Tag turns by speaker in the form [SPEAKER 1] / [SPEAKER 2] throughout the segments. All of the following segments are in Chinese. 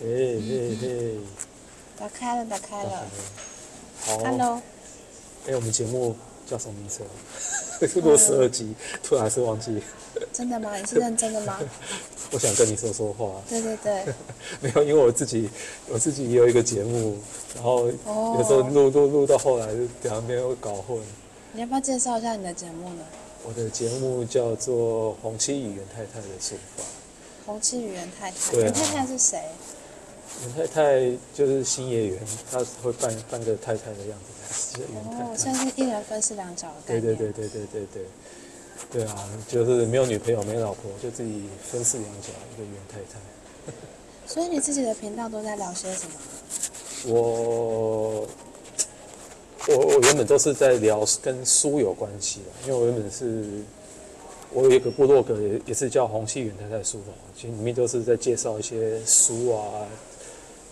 [SPEAKER 1] 嘿嘿嘿，
[SPEAKER 2] 打开了，打开了。
[SPEAKER 1] 好，哎、
[SPEAKER 2] Hello，
[SPEAKER 1] 我们节目叫什么名字啊？录十二集，突然还是忘记。
[SPEAKER 2] 真的吗？你是认真的 吗？
[SPEAKER 1] 我想跟你说说话，
[SPEAKER 2] 对对对，
[SPEAKER 1] 没有，因为我自己，我自己也有一个节目，然后
[SPEAKER 2] 哦
[SPEAKER 1] 有时候录录录到后来，就两边会搞混。
[SPEAKER 2] 你要不要介绍一下你的节目呢？
[SPEAKER 1] 我的节目叫做《红漆与袁太太的说法》，
[SPEAKER 2] 红气与袁太太，
[SPEAKER 1] 对啊
[SPEAKER 2] 袁太太是谁？
[SPEAKER 1] 袁太太就是新演员，她会扮扮个太太的样子，就是袁
[SPEAKER 2] 哦，
[SPEAKER 1] 太
[SPEAKER 2] 算
[SPEAKER 1] 太。
[SPEAKER 2] 是一人分饰两角的概
[SPEAKER 1] 对
[SPEAKER 2] 念。
[SPEAKER 1] 对对对对对对，对啊，就是没有女朋友，没老婆，就自己分饰两角一个袁太太。
[SPEAKER 2] 所以你自己的频道都在聊些什么？
[SPEAKER 1] 我我我原本都是在聊跟书有关系的，因为我原本是我有一个部落格也也是叫红气源太太书房，其实里面都是在介绍一些书啊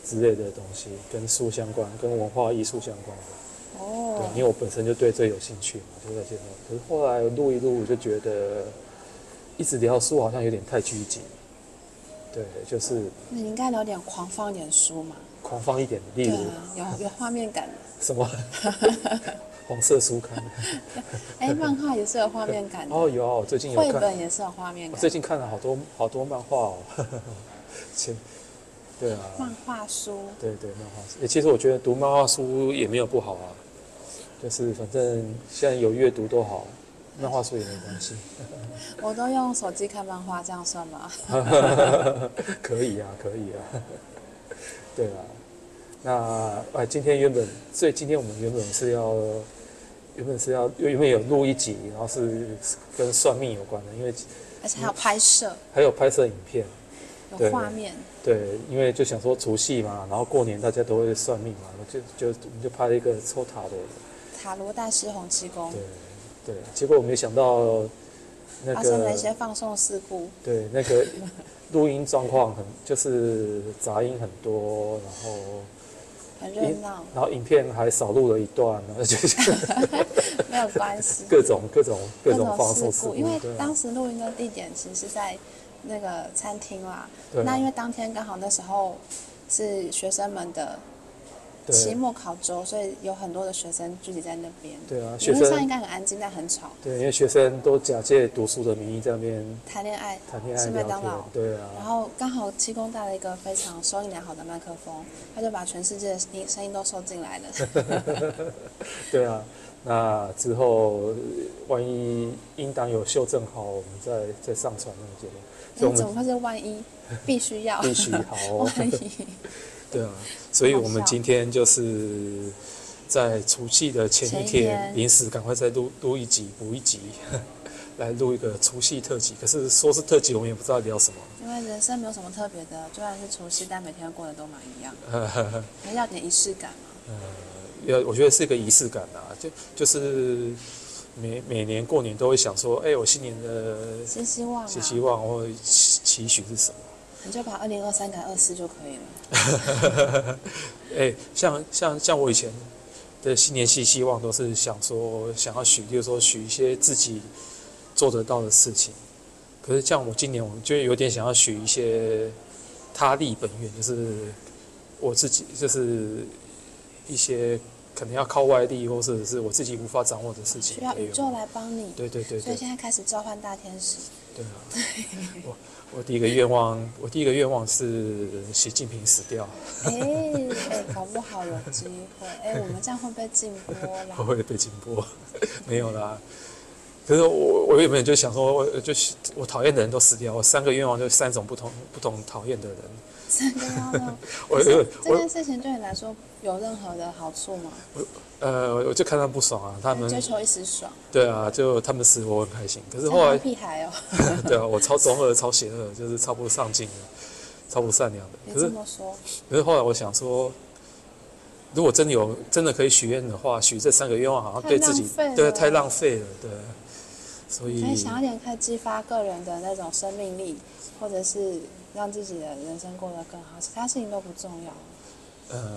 [SPEAKER 1] 之类的东西，跟书相关，跟文化艺术相关的。对，因为
[SPEAKER 2] 哦，
[SPEAKER 1] 我本身就对这有兴趣嘛，就在介绍。可是后来录一录，我就觉得一直聊书好像有点太拘谨。对，就是
[SPEAKER 2] 那你应该聊点狂放一点书嘛。
[SPEAKER 1] 狂放一点，例
[SPEAKER 2] 对
[SPEAKER 1] 如
[SPEAKER 2] 啊， 有有画面感的。
[SPEAKER 1] 什 么黄色书刊。
[SPEAKER 2] 哎，漫画也是有画面感的，
[SPEAKER 1] 哦，有啊，我最近有
[SPEAKER 2] 绘
[SPEAKER 1] 看，
[SPEAKER 2] 本也是有画面
[SPEAKER 1] 我
[SPEAKER 2] 感
[SPEAKER 1] 最
[SPEAKER 2] 的。
[SPEAKER 1] 近看了好多好多漫画哦。 前，对啊，
[SPEAKER 2] 漫画书，
[SPEAKER 1] 对对，漫画书、诶其实我觉得读漫画书也没有不好啊，就是反正现在有阅读多好，漫画书也没关系。
[SPEAKER 2] 我都用手机看漫画，这样算吗？
[SPEAKER 1] 嗯可以啊， 可以啊，对啊。那呃，今天原本，所以今天我们原本是要，原本是要原本有录一集，然后是跟算命有关的，因为
[SPEAKER 2] 而且还有拍摄，
[SPEAKER 1] 还有拍摄影片。对
[SPEAKER 2] 有画面。
[SPEAKER 1] 对，因为就想说除夕嘛，然后过年大家都会算命嘛，我就就我们就拍了一个抽塔罗，
[SPEAKER 2] 塔罗大师洪七公
[SPEAKER 1] 对对，结果我没想到那
[SPEAKER 2] 发生了一些
[SPEAKER 1] 个
[SPEAKER 2] 放送事故，
[SPEAKER 1] 对那个录音状况很就是杂音很多，然后
[SPEAKER 2] 很热闹，
[SPEAKER 1] 然后影片还少录了一段，然后就是。
[SPEAKER 2] 没有关系
[SPEAKER 1] 各种各种各种放
[SPEAKER 2] 种
[SPEAKER 1] 送
[SPEAKER 2] 事故，因为
[SPEAKER 1] 对啊
[SPEAKER 2] 当时录音的地点其实是在那个餐厅啦。
[SPEAKER 1] 对啊
[SPEAKER 2] 那因为当天刚好那时候是学生们的
[SPEAKER 1] 对
[SPEAKER 2] 期末考周，所以有很多的学生聚集在那边。
[SPEAKER 1] 对啊，
[SPEAKER 2] 理
[SPEAKER 1] 学
[SPEAKER 2] 论上
[SPEAKER 1] 生
[SPEAKER 2] 应该很安静，但很吵。
[SPEAKER 1] 对，因为学生都假借读书的名义在那边
[SPEAKER 2] 谈恋爱，
[SPEAKER 1] 谈恋爱
[SPEAKER 2] 吃麦
[SPEAKER 1] 聊
[SPEAKER 2] 当
[SPEAKER 1] 天
[SPEAKER 2] 劳，
[SPEAKER 1] 对
[SPEAKER 2] 然
[SPEAKER 1] 啊，
[SPEAKER 2] 后刚好七公带了一个非常收音良好的麦克风，他就把全世界的声音声音都收进 来了。
[SPEAKER 1] 对啊。那之后，呃万一音档有修正好，我们再再上传那个节目，所以
[SPEAKER 2] 你
[SPEAKER 1] 我
[SPEAKER 2] 怎么
[SPEAKER 1] 们
[SPEAKER 2] 会是万一？必须要，
[SPEAKER 1] 必须好 哦。
[SPEAKER 2] 万 一。
[SPEAKER 1] 对啊，所以我
[SPEAKER 2] 好
[SPEAKER 1] 们
[SPEAKER 2] 笑
[SPEAKER 1] 今天就是在除夕的前一
[SPEAKER 2] 前一
[SPEAKER 1] 天，
[SPEAKER 2] 天
[SPEAKER 1] 临时赶快再录录一集补一集， 来录一个除夕特辑。可是说是特辑，我们也不知道聊什么。
[SPEAKER 2] 因为人生没有什么特别的，虽然是除夕，但每天过得都蛮一样，
[SPEAKER 1] 呃，
[SPEAKER 2] 还是要有点仪式感嘛。
[SPEAKER 1] 要我觉得是一个仪式感啊，就就是每每年过年都会想说，哎、我新年的
[SPEAKER 2] 新希望啊，
[SPEAKER 1] 期期望或期期许是什么？
[SPEAKER 2] 你就把二零二三改二四就可以了。
[SPEAKER 1] 哎、像像像我以前的新年新希望都是想说想要许，比如说许一些自己做得到的事情。可是像我今年，我就有点想要许一些他力本愿，就是我自己，就是一些可能要靠外力，或者是我自己无法掌握的事情。
[SPEAKER 2] 需要宇宙。来帮你，
[SPEAKER 1] 对对对
[SPEAKER 2] 所
[SPEAKER 1] 对
[SPEAKER 2] 以现在开始召唤大天 使。
[SPEAKER 1] 对啊！我我第一个愿望，我第一个愿望是习近平死掉，
[SPEAKER 2] 哎哎，搞不好有机会。哎，我们这样会被禁播 啦
[SPEAKER 1] 我。会被禁播，没有啦。可是我我原本就想说，我就是我讨厌的人都死掉，我三个愿望就三种不同不同讨厌的人。
[SPEAKER 2] 三个幺 六，
[SPEAKER 1] 我
[SPEAKER 2] 可是这
[SPEAKER 1] 我
[SPEAKER 2] 件事情对你来说有任何的好处吗？
[SPEAKER 1] 呃，我就看他们不爽啊，他们
[SPEAKER 2] 追求一时爽，
[SPEAKER 1] 对啊，就他们死我很开心。可是
[SPEAKER 2] 这
[SPEAKER 1] 后啊
[SPEAKER 2] 当
[SPEAKER 1] 来
[SPEAKER 2] 屁孩哦。
[SPEAKER 1] 对啊，我超中二、超邪恶，就是超不上进的，超不善良的。
[SPEAKER 2] 别
[SPEAKER 1] 可是
[SPEAKER 2] 这么说，
[SPEAKER 1] 可是后来我想说，如果真的有真的可以许愿的话，许这三个愿望好像对自己
[SPEAKER 2] 太浪费
[SPEAKER 1] 对
[SPEAKER 2] 了
[SPEAKER 1] 太浪费了，对。所以
[SPEAKER 2] 可以想一点可以激发个人的那种生命力，或者是让自己的人生过得更好，其他事情都不重要，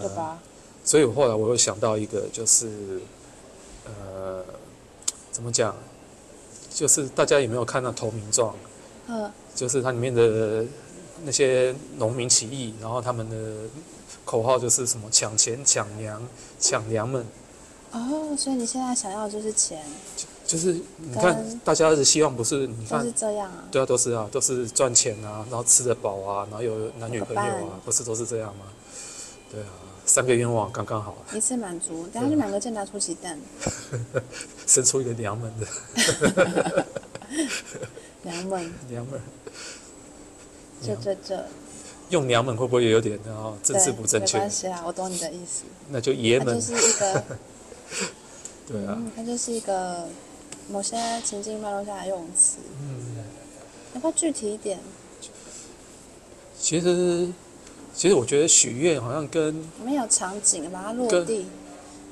[SPEAKER 2] 对
[SPEAKER 1] 呃，
[SPEAKER 2] 吧？
[SPEAKER 1] 所以我后来我又想到一个，就是呃，怎么讲，就是大家有没有看到《投名状》？
[SPEAKER 2] 嗯，
[SPEAKER 1] 就是它里面的那些农民起义，然后他们的口号就是什么抢钱、抢粮、抢娘们，
[SPEAKER 2] 哦，所以你现在想要的就是钱，
[SPEAKER 1] 就是你看
[SPEAKER 2] 跟
[SPEAKER 1] 大家的希望不是你
[SPEAKER 2] 啊就
[SPEAKER 1] 看
[SPEAKER 2] 是这样啊。
[SPEAKER 1] 对啊，都是啊，都是赚钱啊，然后吃得饱啊，然后有男女朋友
[SPEAKER 2] 有个
[SPEAKER 1] 啊
[SPEAKER 2] 伴，
[SPEAKER 1] 不是都是这样吗？对啊，三个愿望刚刚好，
[SPEAKER 2] 一次满足，等下去买个健达出奇蛋，
[SPEAKER 1] 生出一个娘们的
[SPEAKER 2] 娘们，
[SPEAKER 1] 娘们儿，
[SPEAKER 2] 就
[SPEAKER 1] 娘
[SPEAKER 2] 这这，
[SPEAKER 1] 用娘们会不会也有点啊政治
[SPEAKER 2] 对，
[SPEAKER 1] 不正
[SPEAKER 2] 没
[SPEAKER 1] 确？
[SPEAKER 2] 关系啊，我懂你的意思。
[SPEAKER 1] 那就爷
[SPEAKER 2] 它
[SPEAKER 1] 们
[SPEAKER 2] 就，是一 个，
[SPEAKER 1] 对啊，
[SPEAKER 2] 嗯，它就是一个某些情境脉络下的用词，
[SPEAKER 1] 嗯，
[SPEAKER 2] 要不要具体一点？
[SPEAKER 1] 其实其实我觉得许愿好像跟
[SPEAKER 2] 我们有场景把它落
[SPEAKER 1] 跟
[SPEAKER 2] 地，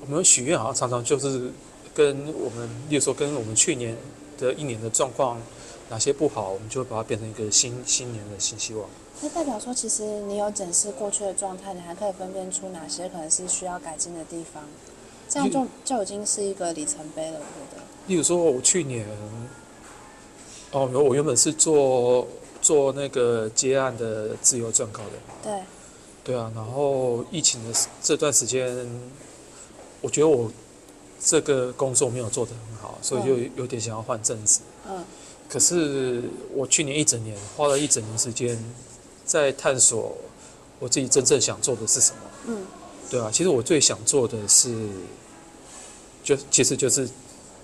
[SPEAKER 1] 我们许愿好像常常就是跟我们，例如说跟我们去年的一年的状况哪些不好，我们就会把它变成一个新新年的新希望。
[SPEAKER 2] 那代表说，其实你有检视过去的状态，你还可以分辨出哪些可能是需要改进的地方，这样
[SPEAKER 1] 嗯
[SPEAKER 2] 就就已经是一个里程碑了，我觉得。
[SPEAKER 1] 例如说，我去年，哦，我我原本是做做那个接案的自由撰稿的，
[SPEAKER 2] 对，
[SPEAKER 1] 对啊，然后疫情的时这段时间，我觉得我这个工作没有做得很好，所以就有点想要换正职。
[SPEAKER 2] 嗯，
[SPEAKER 1] 可是我去年一整年花了一整年时间在探索我自己真正想做的是什么。
[SPEAKER 2] 嗯，
[SPEAKER 1] 对啊，其实我最想做的是，就其实就是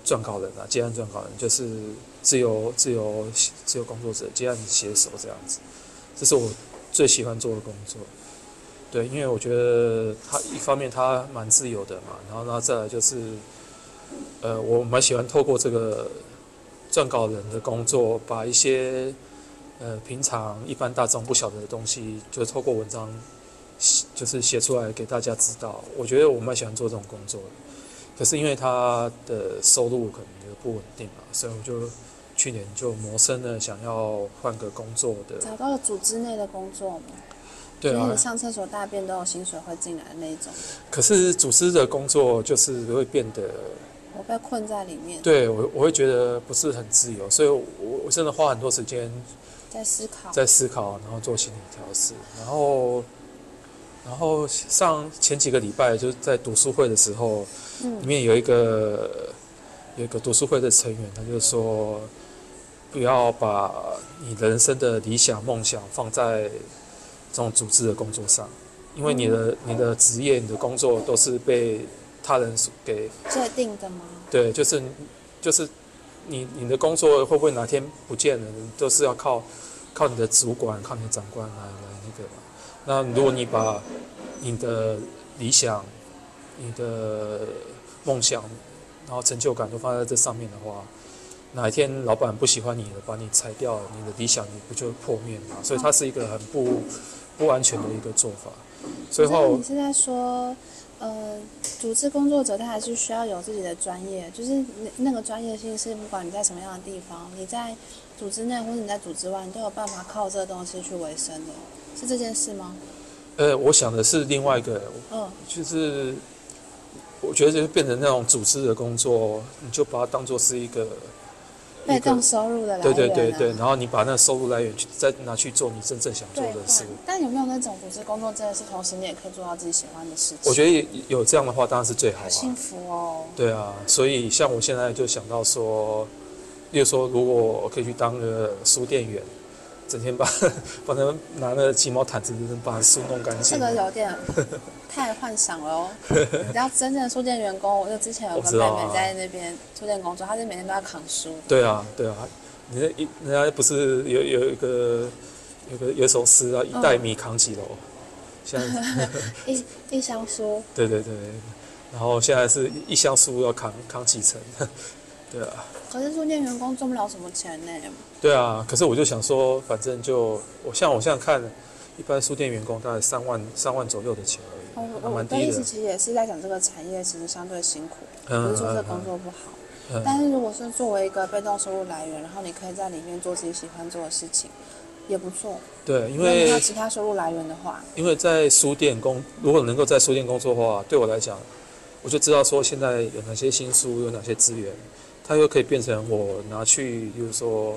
[SPEAKER 1] 撰稿人啊，接案撰稿人，就是自由自由自由工作者、接案写手这样子，这是我最喜欢做的工作。对，因为我觉得他一方面他蛮自由的嘛，然后呢再来就是，呃，我蛮喜欢透过这个撰稿人的工作，把一些呃平常一般大众不晓得的东西，就是透过文章写就是写出来给大家知道。我觉得我蛮喜欢做这种工作的，可是因为他的收入可能就不稳定嘛，所以我就去年就萌生了想要换个工作的。
[SPEAKER 2] 找到了组织内的工作嘛，
[SPEAKER 1] 对
[SPEAKER 2] 就是
[SPEAKER 1] 啊
[SPEAKER 2] 你，上厕所大便都有薪水会进来的那一种，
[SPEAKER 1] 可是组织的工作就是会变得，
[SPEAKER 2] 我被困在里面，
[SPEAKER 1] 对我我会觉得不是很自由，所以我我真的花很多时间
[SPEAKER 2] 在思考。
[SPEAKER 1] 在思考，然后做心理调试，然后，然后上前几个礼拜就是在读书会的时候，里
[SPEAKER 2] 嗯，
[SPEAKER 1] 面有一个有一个读书会的成员，他就说，不要把你人生的理想梦想放在这种组织的工作上，因为你
[SPEAKER 2] 嗯
[SPEAKER 1] 的你的职业、你的工作都是被他人所给
[SPEAKER 2] 界定的吗？
[SPEAKER 1] 对，就是就是你你的工作会不会哪天不见了，都是要靠靠你的主管、靠你的长官来来那个嘛。那如果你把你的理想、你的梦想，然后成就感都放在这上面的话，哪一天老板不喜欢你了，把你裁掉了，你的理想你不就破灭了嘛？所以它是一个很不不安全的一个做法。所以
[SPEAKER 2] 我知道
[SPEAKER 1] 后
[SPEAKER 2] 你是在说，呃，组织工作者他还是需要有自己的专业，就是那那个专业性是不管你在什么样的地方，你在组织内或者你在组织外，你都有办法靠这个东西去维生的，是这件事吗？
[SPEAKER 1] 呃，我想的是另外一个，
[SPEAKER 2] 嗯，
[SPEAKER 1] 就是我觉得就是变成那种组织的工作，哦你就把它当做是一个
[SPEAKER 2] 被动
[SPEAKER 1] 一个
[SPEAKER 2] 收入的来源、
[SPEAKER 1] 对
[SPEAKER 2] 啊。
[SPEAKER 1] 对对对，然后你把那个收入来源去再拿去做你真正想做
[SPEAKER 2] 对
[SPEAKER 1] 的事
[SPEAKER 2] 换。但有没有那种组织工作真的是同时你也可以做到自己喜欢的事情？
[SPEAKER 1] 我觉得有这样的话当然是最好
[SPEAKER 2] 好幸
[SPEAKER 1] 啊。
[SPEAKER 2] 福哦。
[SPEAKER 1] 对啊，所以像我现在就想到说，例如说，如果我可以去当个书店员，整天把 把那拿那鸡毛掸子把书弄干
[SPEAKER 2] 这
[SPEAKER 1] 净。
[SPEAKER 2] 个有点 太幻想了哦。你知道真正的书店员工，我就之前有
[SPEAKER 1] 我
[SPEAKER 2] 个
[SPEAKER 1] 知
[SPEAKER 2] 妹
[SPEAKER 1] 道啊
[SPEAKER 2] 妹在那边书店工作，她是每天都要扛书。
[SPEAKER 1] 对啊，对啊，人家一人家不是有有一个有个有一首诗
[SPEAKER 2] 嗯
[SPEAKER 1] 啊，一袋米扛几篓，现在
[SPEAKER 2] 一一箱书，
[SPEAKER 1] 对对对，然后现在是一箱书要扛扛几层， 对啊，
[SPEAKER 2] 可是书店员工赚不了什么钱呢。
[SPEAKER 1] 对啊，可是我就想说，反正就我像我现在看，一般书店员工大概三万三万左右的钱而已，还
[SPEAKER 2] 哦我我
[SPEAKER 1] 蛮
[SPEAKER 2] 的
[SPEAKER 1] 低
[SPEAKER 2] 意
[SPEAKER 1] 的
[SPEAKER 2] 思，其实也是在讲这个产业其实相对辛苦，不
[SPEAKER 1] 嗯
[SPEAKER 2] 是说这
[SPEAKER 1] 嗯
[SPEAKER 2] 工作不好。
[SPEAKER 1] 嗯
[SPEAKER 2] 但是如果是作为一个被动收入来源，然后你可以在里面做自己喜欢做的事情，也不错。
[SPEAKER 1] 对，因
[SPEAKER 2] 如果你
[SPEAKER 1] 为
[SPEAKER 2] 没有其他收入来源的话，
[SPEAKER 1] 因为在书店工，如果能够在书店工作的话，对我来讲，我就知道说现在有哪些新书，有哪些资源，它又可以变成我拿去，比如说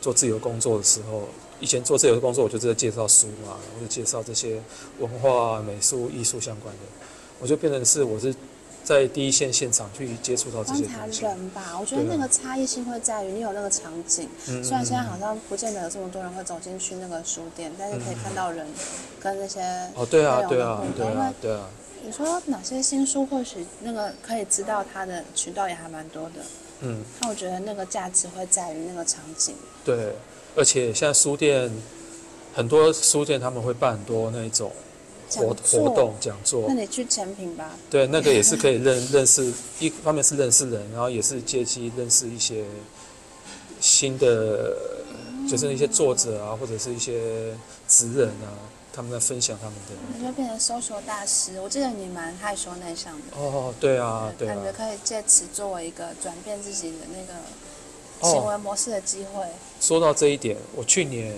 [SPEAKER 1] 做自由工作的时候，以前做自由工作，我就是在介绍书嘛，然后就介绍这些文化、美术、艺术相关的，我就变成是我是在第一线现场去接触到这
[SPEAKER 2] 观
[SPEAKER 1] 些
[SPEAKER 2] 察
[SPEAKER 1] 东西。
[SPEAKER 2] 人吧，我觉得
[SPEAKER 1] 对啊
[SPEAKER 2] 那个差异性会在于你有那个场景，
[SPEAKER 1] 嗯
[SPEAKER 2] 虽然现在好像不见得有这么多人会走进去那个书店，但是
[SPEAKER 1] 嗯
[SPEAKER 2] 可以看到人跟那些
[SPEAKER 1] 哦，对啊，
[SPEAKER 2] 内
[SPEAKER 1] 对
[SPEAKER 2] 容
[SPEAKER 1] 啊
[SPEAKER 2] 的互，
[SPEAKER 1] 对
[SPEAKER 2] 动。因
[SPEAKER 1] 啊
[SPEAKER 2] 为，
[SPEAKER 1] 对啊，
[SPEAKER 2] 你说哪些新书，或许那个可以知道它的渠道也还蛮多的。
[SPEAKER 1] 嗯，
[SPEAKER 2] 那我觉得那个价值会在于那个场景。
[SPEAKER 1] 对。而且现在书店很多书店他们会办很多那种
[SPEAKER 2] 讲
[SPEAKER 1] 活
[SPEAKER 2] 座
[SPEAKER 1] 活动讲座
[SPEAKER 2] 那，你去成品吧，
[SPEAKER 1] 对，那个也是可以认认识，一方面是认识人，然后也是借机认识一些新的，就是一些作者啊，或者是一些职人啊，他们在分享他们的。
[SPEAKER 2] 你就变成搜索大师。我记得你蛮害羞内向的，
[SPEAKER 1] 哦，对啊，对啊
[SPEAKER 2] 感，觉可以借此作为一个转变自己的那个行
[SPEAKER 1] 哦，
[SPEAKER 2] 为模式的机会。
[SPEAKER 1] 说到这一点，我去年，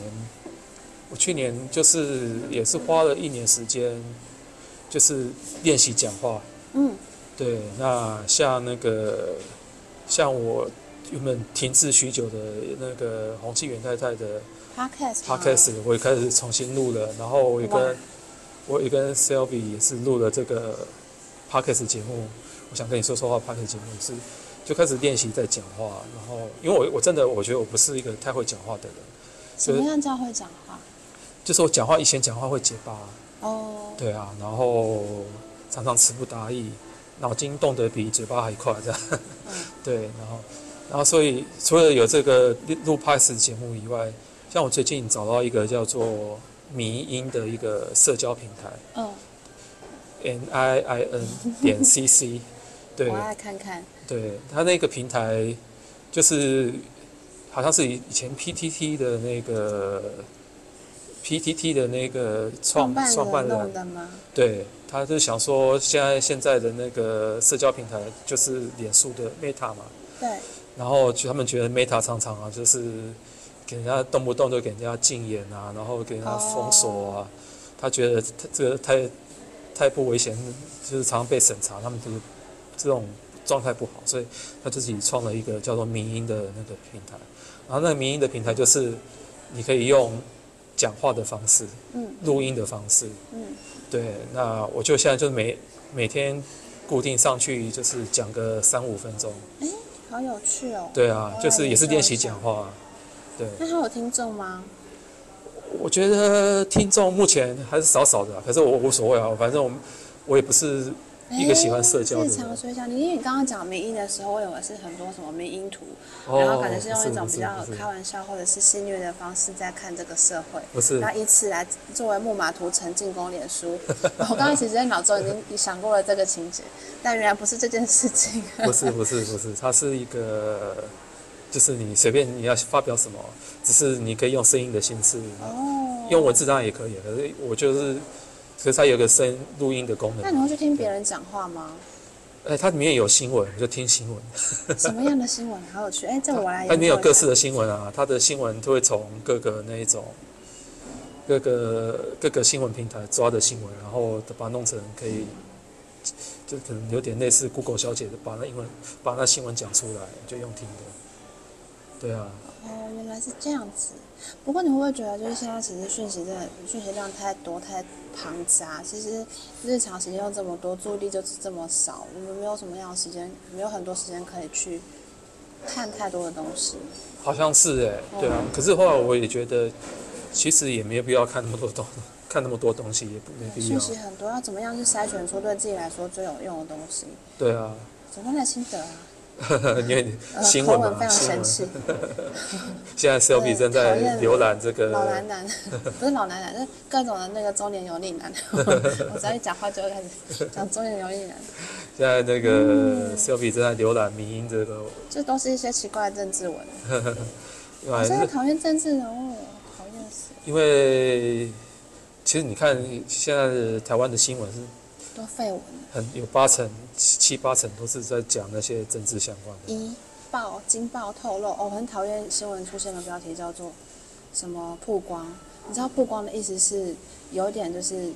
[SPEAKER 1] 我去年就是也是花了一年时间，就是练习讲话，
[SPEAKER 2] 嗯，
[SPEAKER 1] 对，那像那个，像我原本停滞许久的那个洪庆元太太的
[SPEAKER 2] podcast 吗
[SPEAKER 1] podcast，我也开始重新录了，然后我也跟
[SPEAKER 2] 哇
[SPEAKER 1] 我也跟 Selby 也是录了这个 podcast 节目。我想跟你说说话，podcast 节目是就开始练习在讲话，然后因为我我真的我觉得我不是一个太会讲话的人，
[SPEAKER 2] 什么样叫会讲话？
[SPEAKER 1] 就是我讲话以前讲话会结巴，
[SPEAKER 2] 哦，
[SPEAKER 1] 对啊，然后常常词不达意，脑筋动得比嘴巴还快，这样。
[SPEAKER 2] 嗯
[SPEAKER 1] 对，然后，然后所以除了有这个录 p o d 节目以外，像我最近找到一个叫做迷音的一个社交平台
[SPEAKER 2] 嗯，
[SPEAKER 1] n i i n 点 c c，对
[SPEAKER 2] 我来看看。
[SPEAKER 1] 对，它那个平台就是好像是以以前 P T T 的那个 P T T 的那个创
[SPEAKER 2] 办
[SPEAKER 1] 创办
[SPEAKER 2] 人
[SPEAKER 1] 人
[SPEAKER 2] 弄，的吗？
[SPEAKER 1] 对，他就想说现在现在的那个社交平台就是脸书的 Meta 嘛。
[SPEAKER 2] 对，
[SPEAKER 1] 然后就他们觉得 Meta 常常啊，就是给人家动不动就给人家禁言啊，然后给人家封锁啊，他觉得他这个太太不危险，就是常常被审查，他们就是这种状态不好，所以他自己创了一个叫做民音的那个平台，然后那个民音的平台就是你可以用讲话的方式、
[SPEAKER 2] 嗯
[SPEAKER 1] 录音的方式，
[SPEAKER 2] 嗯，
[SPEAKER 1] 对，那我就现在就每每天固定上去就是讲个三五分钟。
[SPEAKER 2] 好有趣哦。
[SPEAKER 1] 对啊
[SPEAKER 2] 哦，
[SPEAKER 1] 就是也是练习
[SPEAKER 2] 也是有
[SPEAKER 1] 讲话。啊对，
[SPEAKER 2] 那他有听众吗？
[SPEAKER 1] 我觉得听众目前还是少少的啊、可是我无所谓啊，反正我我也不是一个喜欢社交的
[SPEAKER 2] 日
[SPEAKER 1] 人
[SPEAKER 2] 常睡觉。你因为你刚刚讲迷音的时候，我以为是很多什么迷音图，
[SPEAKER 1] 哦，
[SPEAKER 2] 然后可能是用一
[SPEAKER 1] 不
[SPEAKER 2] 种比
[SPEAKER 1] 是
[SPEAKER 2] 较
[SPEAKER 1] 不是
[SPEAKER 2] 开玩笑或者是戏谑的方式在看这个社会。
[SPEAKER 1] 不是
[SPEAKER 2] 那以此来作为木马屠城进攻脸 书，我刚刚其实在脑中已经想过了这个情节，但原来不是这件事 情。
[SPEAKER 1] 不是不是不是，它是一个就是你随便你要发表什么，只是你可以用声音的形式，
[SPEAKER 2] 哦，
[SPEAKER 1] 用文字当然也可以，啊可是我就是。可是它有个声录音的功
[SPEAKER 2] 那你
[SPEAKER 1] 能，
[SPEAKER 2] 会去听别人讲话吗？
[SPEAKER 1] 哎，它里面有新闻，我就听新闻。
[SPEAKER 2] 什么样的新闻好有趣？哎，这我来研究一下。
[SPEAKER 1] 它里面有各式的新闻啊，它的新闻都会从各个那一种各个各个新闻平台抓的新闻，然后把它弄成可以，就可能有点类似 Google 小姐的把那英文把那新闻讲出来，就用听的。对啊，
[SPEAKER 2] 哦，原来是这样子。不过你会不会觉得，就是现在其实讯息真的讯息量太多太庞杂，其实日常时间又这么多，注意力就是这么少，我们没有什么样的时间，没有很多时间可以去看太多的东西。
[SPEAKER 1] 好像是哎、
[SPEAKER 2] 哦
[SPEAKER 1] 对啊。可是后来我也觉得，其实也没必要看那么多东 看那么多东西，也不没必
[SPEAKER 2] 讯
[SPEAKER 1] 要。
[SPEAKER 2] 息很多，要怎么样去筛选出对自己来说最有用的东西？
[SPEAKER 1] 对啊，
[SPEAKER 2] 总归的心得啊，
[SPEAKER 1] 因为
[SPEAKER 2] 呃，
[SPEAKER 1] 新
[SPEAKER 2] 口
[SPEAKER 1] 闻
[SPEAKER 2] 吻非
[SPEAKER 1] 嘛，
[SPEAKER 2] 常
[SPEAKER 1] 新
[SPEAKER 2] 神
[SPEAKER 1] 闻。
[SPEAKER 2] 奇。
[SPEAKER 1] 现在 Selby 正
[SPEAKER 2] 讨厌
[SPEAKER 1] 在浏览这个
[SPEAKER 2] 老男男，不是老男男，是各种的那个中年油腻男。 我只要一讲话就会开始讲中年油腻男。
[SPEAKER 1] 现在那
[SPEAKER 2] 嗯
[SPEAKER 1] 个 Selby 正在浏览民音这个，
[SPEAKER 2] 这都是一些奇怪的政治文。
[SPEAKER 1] 因
[SPEAKER 2] 我真的
[SPEAKER 1] 为
[SPEAKER 2] 讨厌政治人物，讨厌死了，
[SPEAKER 1] 因为其实你看现在的台湾的新闻是
[SPEAKER 2] 都废文了。
[SPEAKER 1] 很有八成七七八成都是在讲那些政治相关的，
[SPEAKER 2] 一报经报透露，哦我很讨厌新闻出现的标题叫做什么曝光。你知道曝光的意思是有一点就是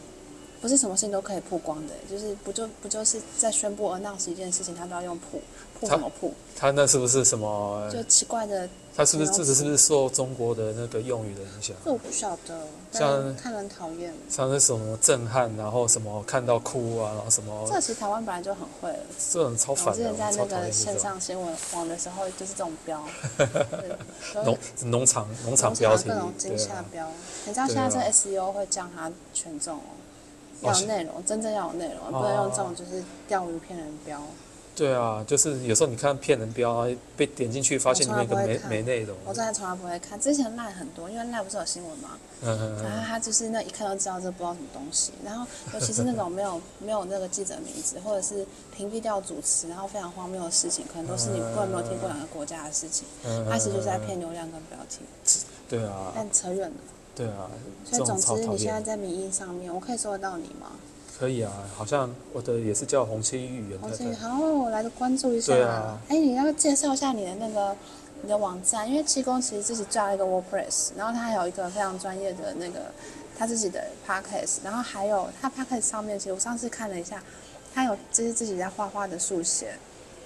[SPEAKER 2] 不是什么事情都可以曝光的，就是不就不就是在宣布 announce 一件事情，他都要用曝曝
[SPEAKER 1] 他
[SPEAKER 2] 什么嗯曝，
[SPEAKER 1] 他那是不是什么？
[SPEAKER 2] 就奇怪的，
[SPEAKER 1] 他是不是这只是不是受中国的那个用语的影响？
[SPEAKER 2] 这我不晓得，
[SPEAKER 1] 像
[SPEAKER 2] 但看人讨厌。
[SPEAKER 1] 像是什么震撼，然后什么看到哭啊，然后什么
[SPEAKER 2] 这其实台湾本来就很会了。
[SPEAKER 1] 这种超
[SPEAKER 2] 哦我
[SPEAKER 1] 烦
[SPEAKER 2] 之
[SPEAKER 1] 的，
[SPEAKER 2] 前在
[SPEAKER 1] 我超
[SPEAKER 2] 那
[SPEAKER 1] 讨
[SPEAKER 2] 个
[SPEAKER 1] 厌这
[SPEAKER 2] 线
[SPEAKER 1] 种。
[SPEAKER 2] 上新闻网的时候，就是这种 标，对
[SPEAKER 1] 农农场农
[SPEAKER 2] 通
[SPEAKER 1] 场标
[SPEAKER 2] 常
[SPEAKER 1] 题
[SPEAKER 2] 各种，
[SPEAKER 1] 对
[SPEAKER 2] 惊吓
[SPEAKER 1] 啊，
[SPEAKER 2] 标，你知道现在
[SPEAKER 1] 对啊
[SPEAKER 2] 这 SEO 会降它权重哦，
[SPEAKER 1] 哦
[SPEAKER 2] 要
[SPEAKER 1] 是哦
[SPEAKER 2] 有内容，真正要有内容，不能用这种就是钓鱼骗人标。
[SPEAKER 1] 对啊，就是有时候你看骗人标，然后被点进去发现里面有
[SPEAKER 2] 我
[SPEAKER 1] 个
[SPEAKER 2] 从来
[SPEAKER 1] 没
[SPEAKER 2] 不会看
[SPEAKER 1] 没内容，
[SPEAKER 2] 我之前从来不会看，之前赖很多，因为赖不是有新闻嘛，
[SPEAKER 1] 嗯嗯
[SPEAKER 2] 然后
[SPEAKER 1] 嗯，
[SPEAKER 2] 他就是那一看就知道这不知道什么东西，然后尤其是那种没有没有那个记者名字，或者是屏蔽掉主持，然后非常荒谬的事情，可能都是你根本没有听过两个国家的事情，
[SPEAKER 1] 嗯
[SPEAKER 2] 他其实就是在骗流量跟标题，
[SPEAKER 1] 对啊，
[SPEAKER 2] 但扯远了。
[SPEAKER 1] 对啊，
[SPEAKER 2] 所
[SPEAKER 1] 这种
[SPEAKER 2] 以总
[SPEAKER 1] 超
[SPEAKER 2] 之
[SPEAKER 1] 讨
[SPEAKER 2] 你现在
[SPEAKER 1] 厌。
[SPEAKER 2] 在民音上面，我可以收得到你吗？
[SPEAKER 1] 可以啊，好像我的也是叫红漆语言
[SPEAKER 2] 我
[SPEAKER 1] 太
[SPEAKER 2] 去，
[SPEAKER 1] 太，
[SPEAKER 2] 好，我哦来关注一下。
[SPEAKER 1] 对
[SPEAKER 2] 哎、
[SPEAKER 1] 啊
[SPEAKER 2] 你要介绍一下你的那个你的网站，因为七公其实自己做了一个 WordPress，然后他还有一个非常专业的那个他自己的 Podcast，然后还有他 Podcast 上面，其实我上次看了一下，他有就是自己在画画的速写，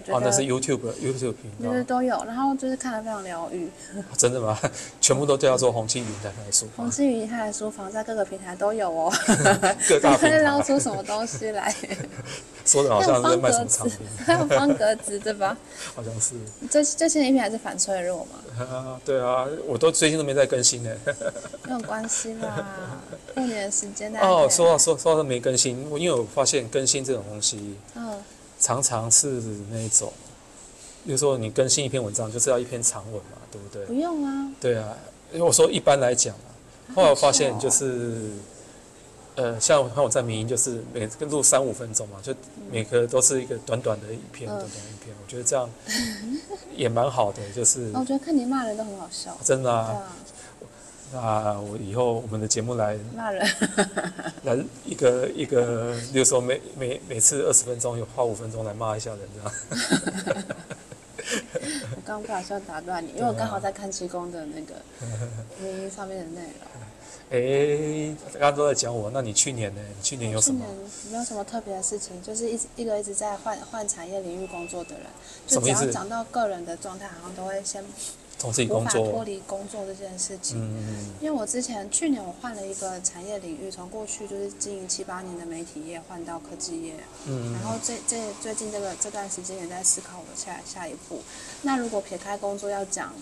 [SPEAKER 2] 我觉
[SPEAKER 1] 哦，那
[SPEAKER 2] 得
[SPEAKER 1] 是 YouTube YouTube 频
[SPEAKER 2] 就是
[SPEAKER 1] 道，
[SPEAKER 2] 都有，然后就是看得非常疗愈。
[SPEAKER 1] 啊真的吗？全部都叫做红漆语言太太说，
[SPEAKER 2] 洪志云他的书房在各个平台都有哦，
[SPEAKER 1] 各大平
[SPEAKER 2] 会捞
[SPEAKER 1] 台
[SPEAKER 2] 出什么东西来？
[SPEAKER 1] 说的好
[SPEAKER 2] 还有
[SPEAKER 1] 像在
[SPEAKER 2] 方
[SPEAKER 1] 卖什
[SPEAKER 2] 格
[SPEAKER 1] 么产
[SPEAKER 2] 子
[SPEAKER 1] 品，，
[SPEAKER 2] 还有方格子对吧？
[SPEAKER 1] 好像是。
[SPEAKER 2] 最最新的一篇还是反脆弱嘛？
[SPEAKER 1] 啊，对啊，我都最近都没在更新呢。
[SPEAKER 2] 没有关系啦， 过年的时间大家可
[SPEAKER 1] 哦，
[SPEAKER 2] 以
[SPEAKER 1] 说到说说到没更新，我因为我发现更新这种东西
[SPEAKER 2] 嗯，
[SPEAKER 1] 常常是那种，比如说你更新一篇文章就是要一篇长文嘛，对不
[SPEAKER 2] 不
[SPEAKER 1] 对？
[SPEAKER 2] 用啊。
[SPEAKER 1] 对啊，因为我说一般来讲啊，后来我发现就是，呃，像像我在民营就是每个录三五分钟嘛，就每个都是一个短短的一篇，
[SPEAKER 2] 嗯
[SPEAKER 1] 短短一篇，我觉得 这样也蛮好的，就是
[SPEAKER 2] 哦我觉得看你骂人都很好笑，
[SPEAKER 1] 真的
[SPEAKER 2] 对
[SPEAKER 1] 嗯啊。
[SPEAKER 2] 啊，
[SPEAKER 1] 那我以后我们的节目来
[SPEAKER 2] 骂人
[SPEAKER 1] 来一个一个，比如说每每每次二十分钟，有花五分钟来骂一下人这 样。
[SPEAKER 2] 我刚刚不小心打断你，
[SPEAKER 1] 啊
[SPEAKER 2] 因为我刚好在看七公的那 个名义上面的内容。
[SPEAKER 1] 哎，大家都在讲我，那你去年呢？你去年有
[SPEAKER 2] 我
[SPEAKER 1] 什
[SPEAKER 2] 去
[SPEAKER 1] 么
[SPEAKER 2] 年？没有什么特别的事情，就是一直一个一直在换换产业领域工作的人，就
[SPEAKER 1] 什么
[SPEAKER 2] 只
[SPEAKER 1] 意
[SPEAKER 2] 要
[SPEAKER 1] 思
[SPEAKER 2] 讲到个人的状态，好像都会先
[SPEAKER 1] 从自己
[SPEAKER 2] 无
[SPEAKER 1] 工
[SPEAKER 2] 法脱
[SPEAKER 1] 作？
[SPEAKER 2] 离工作这件事情。
[SPEAKER 1] 嗯，
[SPEAKER 2] 因为我之前去年我换了一个产业领域，从过去就是经营七八年的媒体业换到科技业，
[SPEAKER 1] 嗯
[SPEAKER 2] 然后这这最近这个这段时间也在思考我的下下一步。那如果撇开工作要讲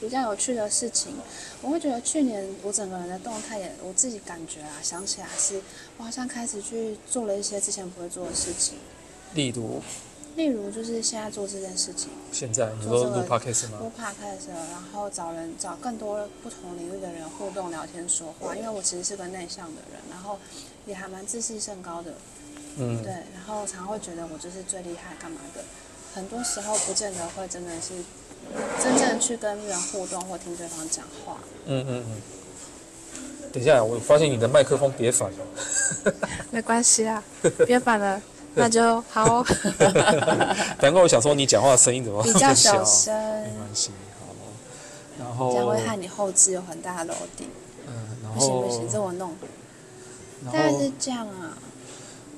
[SPEAKER 2] 比较有趣的事情，我会觉得去年我整个人的动态也我自己感觉啊，想起来是我好像开始去做了一些之前不会做的事情，
[SPEAKER 1] 例如
[SPEAKER 2] 例如就是现在做这件事情。
[SPEAKER 1] 现在你
[SPEAKER 2] 做
[SPEAKER 1] 说
[SPEAKER 2] 这
[SPEAKER 1] 录
[SPEAKER 2] 个
[SPEAKER 1] podcast 吗？
[SPEAKER 2] 录 podcast，然后找人找更多不同领域的人互动、聊天、说话。因为我其实是个内向的人，然后也还蛮自视甚高的，
[SPEAKER 1] 嗯
[SPEAKER 2] 对，，然后常会觉得我就是最厉害干嘛的。很多时候不见得会真的是真正去跟人互动或听对方讲话。
[SPEAKER 1] 嗯嗯嗯。等一下，我发现你的麦克风别 反了。
[SPEAKER 2] 没关系啊，别反了，那就 好，哦
[SPEAKER 1] 难怪我想说你讲话的声音怎么
[SPEAKER 2] 比
[SPEAKER 1] 这
[SPEAKER 2] 较
[SPEAKER 1] 么小
[SPEAKER 2] 小声，
[SPEAKER 1] 没关系，好。然
[SPEAKER 2] 这样
[SPEAKER 1] 后，
[SPEAKER 2] 会害你后置有很大的楼顶。
[SPEAKER 1] 嗯，然
[SPEAKER 2] 不行
[SPEAKER 1] 后
[SPEAKER 2] 不，行，这我弄，
[SPEAKER 1] 然
[SPEAKER 2] 大概
[SPEAKER 1] 后
[SPEAKER 2] 是这样啊。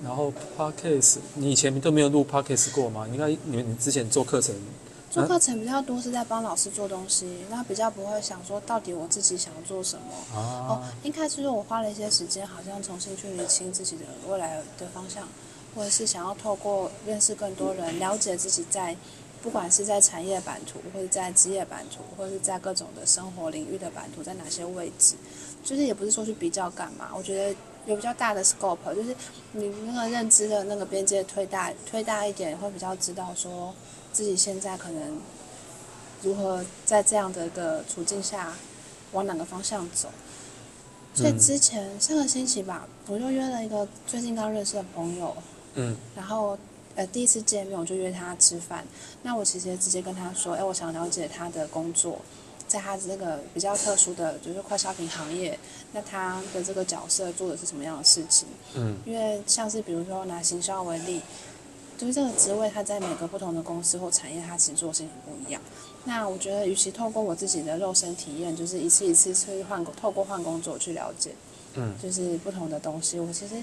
[SPEAKER 1] 然后 podcast，你以前都没有录 podcast 过吗？你应该你们你之前做课程，
[SPEAKER 2] 做课程比较多是在帮老师做东西，那比较不会想说到底我自己想要做什么。
[SPEAKER 1] 啊
[SPEAKER 2] 哦，应该是说我花了一些时间，好像重新去理清自己的未来的方向，或者是想要透过认识更多人，了解自己在，不管是在产业版图，或者在职业版图，或者是在各种的生活领域的版图在哪些位置，就是也不是说去比较干嘛，我觉得有比较大的 scope，就是你那个认知的那个边界推大推大一点，会比较知道说自己现在可能如何在这样的一个处境下往哪个方向走。所以
[SPEAKER 1] 嗯
[SPEAKER 2] 之前上个星期吧，我就约了一个最近刚认识的朋友，
[SPEAKER 1] 嗯
[SPEAKER 2] 然后呃第一次见面我就约他吃饭。那我其实也直接跟他说，哎，我想了解他的工作，在他这个比较特殊的就是快消品行业，那他的这个角色做的是什么样的事情？
[SPEAKER 1] 嗯，
[SPEAKER 2] 因为像是比如说拿行销为例，就是这个职位，它在每个不同的公司或产业，它其实做的事情很不一样。那我觉得，与其透过我自己的肉身体验，就是一次一次去换工，透过换工作去了解，
[SPEAKER 1] 嗯
[SPEAKER 2] 就是不同的东西。我其实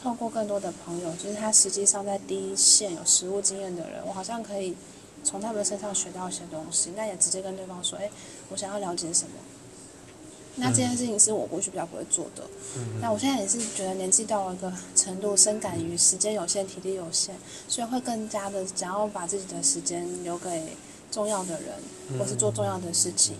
[SPEAKER 2] 透过更多的朋友，就是他实际上在第一线有实务经验的人，我好像可以从他们身上学到一些东西。那也直接跟对方说，哎，我想要了解什么。那这件事情是我过去比较不会做的。
[SPEAKER 1] 嗯
[SPEAKER 2] 那我现在也是觉得年纪到了一个程度，深感于时间有限、体力有限，所以会更加的想要把自己的时间留给重要的人，或是做重要的事情，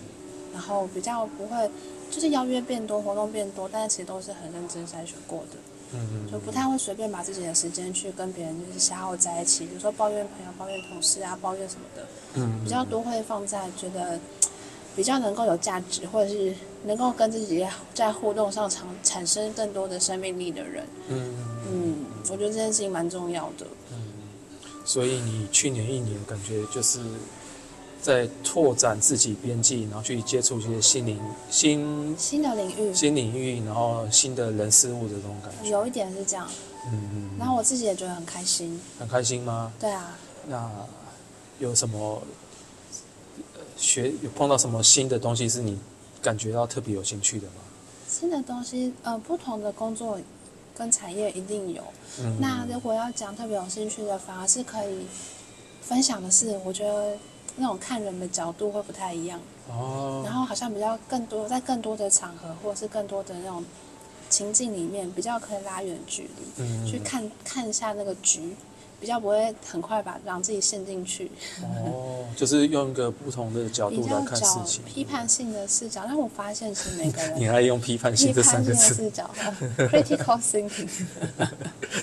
[SPEAKER 2] 然后比较不会就是邀约变多、活动变多，但是其实都是很认真筛选过的，
[SPEAKER 1] 嗯
[SPEAKER 2] 就不太会随便把自己的时间去跟别人就是消耗在一起，比如说抱怨朋友、抱怨同事啊、抱怨什么的，
[SPEAKER 1] 嗯
[SPEAKER 2] 比较多会放在觉得比较能够有价值，或者是能够跟自己在互动上产产生更多的生命力的人。
[SPEAKER 1] 嗯
[SPEAKER 2] 嗯，我觉得这件事情蛮重要的。
[SPEAKER 1] 所以你去年一年感觉就是在拓展自己边际，然后去接触一些新领新
[SPEAKER 2] 新的领域
[SPEAKER 1] 新领域，然后新的人事物的这种感觉。
[SPEAKER 2] 有一点是这样，
[SPEAKER 1] 嗯
[SPEAKER 2] 然后我自己也觉得很开心。
[SPEAKER 1] 很开心吗？
[SPEAKER 2] 对啊，
[SPEAKER 1] 那有什么呃学有碰到什么新的东西是你感觉到特别有兴趣的吗？
[SPEAKER 2] 新的东西，呃，不同的工作跟产业一定有。
[SPEAKER 1] 嗯
[SPEAKER 2] 那如果要讲特别有兴趣的，反而是可以分享的是，我觉得那种看人的角度会不太一样。
[SPEAKER 1] 哦，
[SPEAKER 2] 然后好像比较更多在更多的场合或者是更多的那种情境里面，比较可以拉远距离，
[SPEAKER 1] 嗯
[SPEAKER 2] 去看看一下那个局，比较不会很快把让自己陷进去，
[SPEAKER 1] 哦，就是用一个不同的角
[SPEAKER 2] 比
[SPEAKER 1] 度
[SPEAKER 2] 较
[SPEAKER 1] 来看事
[SPEAKER 2] 找
[SPEAKER 1] 情。
[SPEAKER 2] 批判性的视角。但我发现是每个
[SPEAKER 1] 你
[SPEAKER 2] 人。
[SPEAKER 1] 还用批判
[SPEAKER 2] 批
[SPEAKER 1] 性这三
[SPEAKER 2] 判性
[SPEAKER 1] 个
[SPEAKER 2] 的
[SPEAKER 1] 字，
[SPEAKER 2] 视角，critical thinking。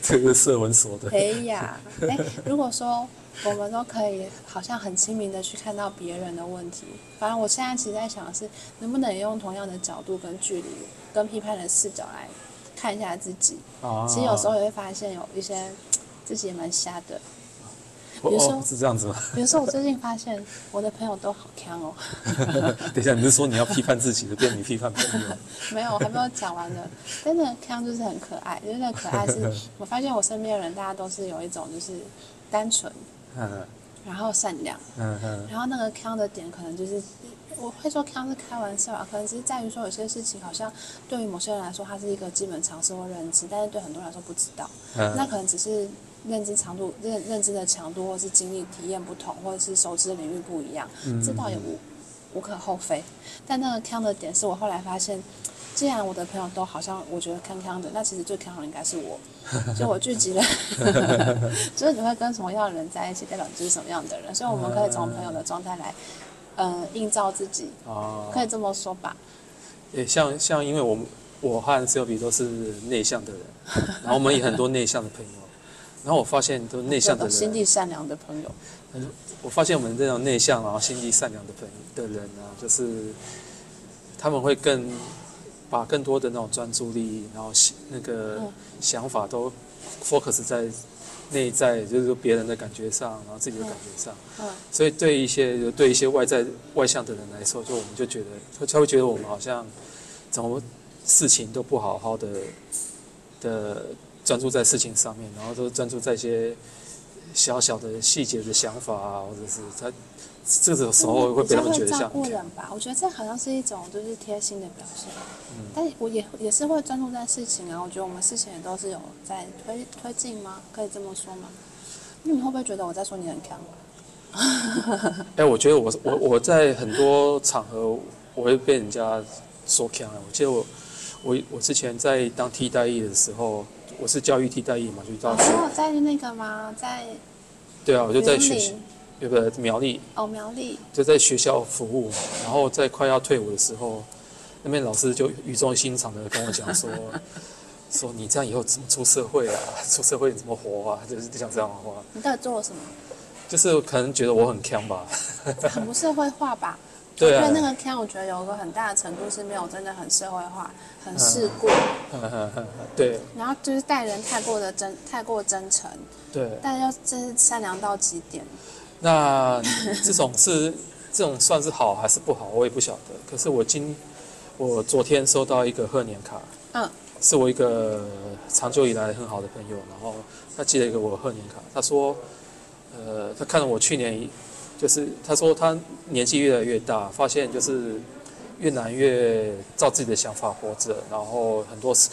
[SPEAKER 1] 这个是社文所的。
[SPEAKER 2] 哎呀，哎，如果说我们都可以，好像很亲民的去看到别人的问题。反正我现在其实在想的是，能不能也用同样的角度跟距离、跟批判的视角来看一下自己。
[SPEAKER 1] 啊，
[SPEAKER 2] 其实有时候也会发现有一些自己也蛮瞎的。
[SPEAKER 1] 哦
[SPEAKER 2] 有时
[SPEAKER 1] 哦
[SPEAKER 2] 候
[SPEAKER 1] 是这样子吗？
[SPEAKER 2] 比如说我最近发现我的朋友都好强哦，
[SPEAKER 1] 等一下，你是说你要批判自己的，变你批判朋友？
[SPEAKER 2] 没有，我还没有讲完呢。真的强就是很可爱，就是那可爱是，我发现我身边的人大家都是有一种就是单纯，
[SPEAKER 1] 嗯
[SPEAKER 2] 然后善良。
[SPEAKER 1] 嗯嗯
[SPEAKER 2] 然后那个康的点可能就是，我会说康是开玩笑啊，可能只是在于说有些事情好像对于某些人来说它是一个基本常识或认知，但是对很多人来说不知道。
[SPEAKER 1] 嗯，
[SPEAKER 2] 那可能只是认知长度、认认知的强度，或是经历体验不同，或者是熟知的领域不一样，
[SPEAKER 1] 嗯
[SPEAKER 2] 知道也无无可厚非。但那个康的点是我后来发现，既然我的朋友都好像我觉得康康的，那其实最康的应该 是我。就我聚集了， 就是你会跟什么样的人在一起，代表你就是什么样的人。所以我们可以从朋友的状态来，呃，映照自己，
[SPEAKER 1] 哦，
[SPEAKER 2] 可以这么说吧。
[SPEAKER 1] 也像像，因为我们我和 s y l v i 都是内向的人，然后我们也很多内向的朋友，然后我发现都内向的
[SPEAKER 2] 有心
[SPEAKER 1] 人，
[SPEAKER 2] 地善良的朋友，
[SPEAKER 1] 我发现我们这种内向然后心地善良的朋的人啊，就是他们会更把更多的那种专注力，然后想那个
[SPEAKER 2] 嗯
[SPEAKER 1] 想法都 focus 在内在，就是说别人的感觉上，然后自己的感觉上。
[SPEAKER 2] 嗯，
[SPEAKER 1] 所以对一些对一些外在外向的人来说，就我们就觉得他他会觉得我们好像怎么事情都不好好的的专注在事情上面，然后都专注在一些小小的细节的想法啊，或者是他这种时候会被他们觉得
[SPEAKER 2] 比较会照
[SPEAKER 1] 像
[SPEAKER 2] 顾人吧，我觉得这好像是一种就是贴心的表现。
[SPEAKER 1] 嗯
[SPEAKER 2] 但我也也是会专注在事情啊，我觉得我们事情也都是有在推推进吗？可以这么说吗？那你会不会觉得我在说你很强？
[SPEAKER 1] 哎、我觉得我我我在很多场合我会被人家说强啊。我记得我我我之前在当替代役的时候，我是教育替代役嘛，就到
[SPEAKER 2] 我
[SPEAKER 1] 学
[SPEAKER 2] 有在那个吗？在
[SPEAKER 1] 对啊，啊我就在
[SPEAKER 2] 云
[SPEAKER 1] 学
[SPEAKER 2] 林
[SPEAKER 1] 有个苗栗，
[SPEAKER 2] 哦苗栗，
[SPEAKER 1] 就在学校服务，然后在快要退伍的时候，那边老师就语重心长的跟我讲 说，说你这样以后怎么出社会啊？出社会你怎么活啊？就是讲这样的话，
[SPEAKER 2] 你到底做了什 么？
[SPEAKER 1] 就是可能觉得我很强吧，
[SPEAKER 2] 很不社会化吧？
[SPEAKER 1] 对
[SPEAKER 2] 因
[SPEAKER 1] 啊
[SPEAKER 2] 为，那个 can 我觉得有一个很大的程度是没有真的很社会化，很
[SPEAKER 1] 嗯
[SPEAKER 2] 世故，
[SPEAKER 1] 对
[SPEAKER 2] 然后就是待人太过的真太过真诚，
[SPEAKER 1] 对。
[SPEAKER 2] 但又真是善良到极点。
[SPEAKER 1] 那这种是这种算是好还是不好，我也不晓得。可是我今我昨天收到一个贺年卡，
[SPEAKER 2] 嗯，
[SPEAKER 1] 是我一个长久以来很好的朋友，然后他寄了一个我贺年卡，他说，呃，他看了我去年一，就是他说他年纪越来越大，发现就是越来越照自己的想法活着，然后很多事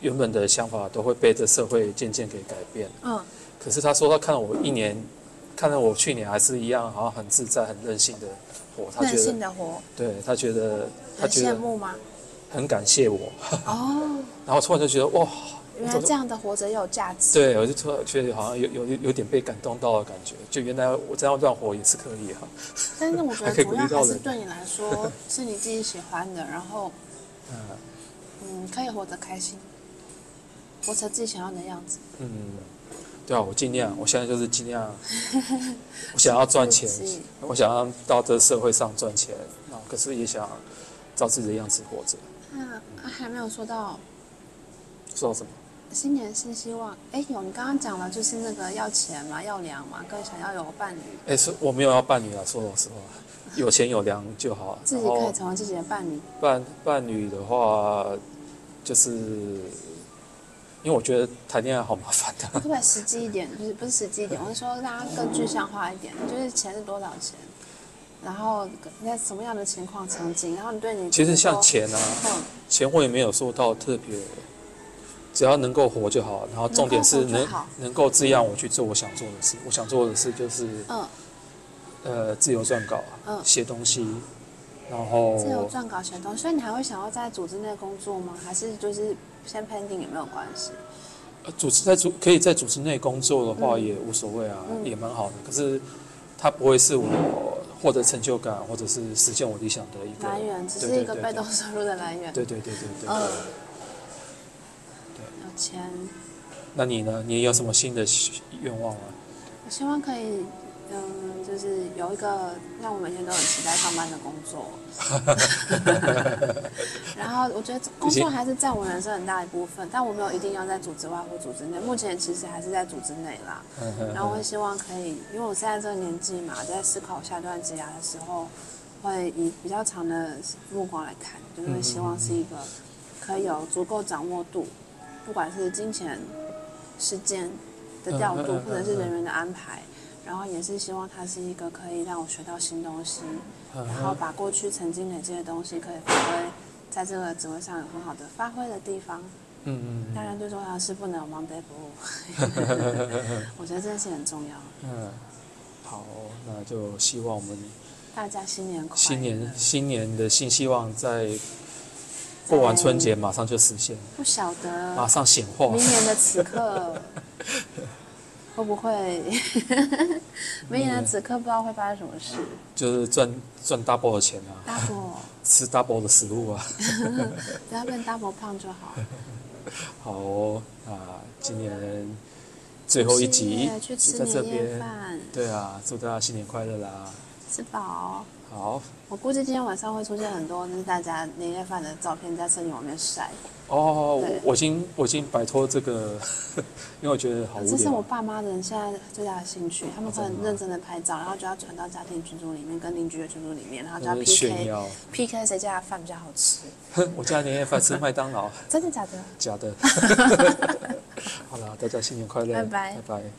[SPEAKER 1] 原本的想法都会被这社会渐渐给改变。
[SPEAKER 2] 嗯，
[SPEAKER 1] 可是他说他看了我一年，看了我去年还是一样，好像很自在、很任性的活。他
[SPEAKER 2] 任
[SPEAKER 1] 觉
[SPEAKER 2] 性
[SPEAKER 1] 得，
[SPEAKER 2] 的活，
[SPEAKER 1] 对他觉得，他
[SPEAKER 2] 很
[SPEAKER 1] 觉
[SPEAKER 2] 羡
[SPEAKER 1] 得
[SPEAKER 2] 慕吗？
[SPEAKER 1] 很感谢我。
[SPEAKER 2] 哦，
[SPEAKER 1] 然后突然就觉得哇，
[SPEAKER 2] 原来这样的活着也有价值。
[SPEAKER 1] 对我就突然觉得好像有有有点被感动到的感觉，就原来我这样乱活也是可以哈、
[SPEAKER 2] 但是我觉
[SPEAKER 1] 还可
[SPEAKER 2] 得
[SPEAKER 1] 以
[SPEAKER 2] 主
[SPEAKER 1] 鼓
[SPEAKER 2] 要
[SPEAKER 1] 励到
[SPEAKER 2] 还是
[SPEAKER 1] 人
[SPEAKER 2] 对你来说是你自己喜欢的，然后
[SPEAKER 1] 嗯
[SPEAKER 2] 嗯，可以活得开心，活成自己想要的样子。
[SPEAKER 1] 嗯，对啊，我尽量，我现在就是尽量，我想要赚钱
[SPEAKER 2] 自己，
[SPEAKER 1] 我想要到这社会上赚钱，然后可是也想照自己的样子活着。
[SPEAKER 2] 那、啊、还没有说到
[SPEAKER 1] 说到什么？
[SPEAKER 2] 新年新希望，哎，有你刚刚讲了，就是那个要钱嘛，要粮嘛，跟想要有伴侣，
[SPEAKER 1] 哎，是我没有要伴侣啊，说老实话，有钱有粮就好。
[SPEAKER 2] 自
[SPEAKER 1] 然
[SPEAKER 2] 己可以
[SPEAKER 1] 后
[SPEAKER 2] 成为自己的伴侣。
[SPEAKER 1] 伴伴侣的话，就是因为我觉得谈恋爱好麻烦啊的。
[SPEAKER 2] 特别实际一点，不是不是实际一点，我是说大家更具象化一点，就是钱是多少钱，然后你在什么样的情况曾经，然后你对 你
[SPEAKER 1] 其实像
[SPEAKER 2] 比
[SPEAKER 1] 钱啊，
[SPEAKER 2] 如说，嗯
[SPEAKER 1] 钱我也没有说到特别，只要能够活就好。啊然后重点是
[SPEAKER 2] 能够活
[SPEAKER 1] 能
[SPEAKER 2] 就好
[SPEAKER 1] 能够这样我去做我想做的事。我想做的事就是
[SPEAKER 2] 嗯，
[SPEAKER 1] 呃自由撰稿啊、
[SPEAKER 2] 嗯
[SPEAKER 1] 写东西，然
[SPEAKER 2] 自由
[SPEAKER 1] 后
[SPEAKER 2] 撰稿写东西，所以你还会想要在组织内工作吗？还是就是先 pending 也没有关系？
[SPEAKER 1] 呃组织在组可以在组织内工作的话
[SPEAKER 2] 嗯
[SPEAKER 1] 也无所谓啊，
[SPEAKER 2] 嗯
[SPEAKER 1] 也蛮好的。可是它不会是我获得成就感或者是实现我理想的一个
[SPEAKER 2] 来源只
[SPEAKER 1] 对
[SPEAKER 2] 是
[SPEAKER 1] 对
[SPEAKER 2] 一个
[SPEAKER 1] 对
[SPEAKER 2] 被
[SPEAKER 1] 对
[SPEAKER 2] 动收入的来源。
[SPEAKER 1] 对对对对对。
[SPEAKER 2] 嗯
[SPEAKER 1] 对，
[SPEAKER 2] 有钱，
[SPEAKER 1] 那你呢？你有什么新的愿望吗？
[SPEAKER 2] 我希望可以，嗯，就是有一个让我每天都很期待上班的工作。然后我觉得工作还是占我人生很大一部分，但我没有一定要在组织外或组织内。目前其实还是在组织内啦。
[SPEAKER 1] 嗯嗯
[SPEAKER 2] 然后我会希望可以，因为我现在这个年纪嘛，在思考下一段职涯的时候，会以比较长的目光来看，就是会希望是一个可以有足够掌握度，不管是金钱、时间的调度
[SPEAKER 1] 嗯嗯嗯，嗯
[SPEAKER 2] 或者是人员的安排，然后也是希望它是一个可以让我学到新东西，
[SPEAKER 1] 嗯
[SPEAKER 2] 然后把过去曾经累积的东西可以发挥在这个职位上有很好的发挥的地方。
[SPEAKER 1] 嗯嗯
[SPEAKER 2] 当然，最重要的是不能有忙得 不误， 我觉得这件事很重要。
[SPEAKER 1] 嗯，好，哦那就希望我们
[SPEAKER 2] 大家新年快乐！
[SPEAKER 1] 新年新年的新希望，在过完春节马上就实现，
[SPEAKER 2] 不晓
[SPEAKER 1] 马
[SPEAKER 2] 得
[SPEAKER 1] 上显化。
[SPEAKER 2] 明年的此 刻会不会， 明年的此刻不知道会发生什么事。
[SPEAKER 1] 就是赚赚 double 的钱啊，
[SPEAKER 2] double
[SPEAKER 1] 吃 double 的食物啊。
[SPEAKER 2] 不要变 double 胖就好。
[SPEAKER 1] 好、哦，那今年最后一集
[SPEAKER 2] 是去
[SPEAKER 1] 就
[SPEAKER 2] 吃
[SPEAKER 1] 在这
[SPEAKER 2] 年夜
[SPEAKER 1] 边。
[SPEAKER 2] 饭，
[SPEAKER 1] 对啊，祝大家新年快乐啦！
[SPEAKER 2] 吃饱。
[SPEAKER 1] 好
[SPEAKER 2] 我估计今天晚上会出现很多就是大家年夜饭的照片在社群网面晒，
[SPEAKER 1] 哦，我
[SPEAKER 2] 对
[SPEAKER 1] 我已经我已经摆脱这个， 因为我觉得好无
[SPEAKER 2] 这是
[SPEAKER 1] 聊啊
[SPEAKER 2] 我。爸妈的人现在最大的兴趣，他们会很认真的拍照，然后就要传到家庭群组里面，跟邻居的群组里面，然后就要
[SPEAKER 1] 就是嗯炫
[SPEAKER 2] PK
[SPEAKER 1] 耀，
[SPEAKER 2] PK 谁家的饭比较好吃，
[SPEAKER 1] 我家年夜饭吃麦当劳。
[SPEAKER 2] 真的假的？
[SPEAKER 1] 假的。好了，大家新年快乐，
[SPEAKER 2] 拜拜
[SPEAKER 1] 拜拜。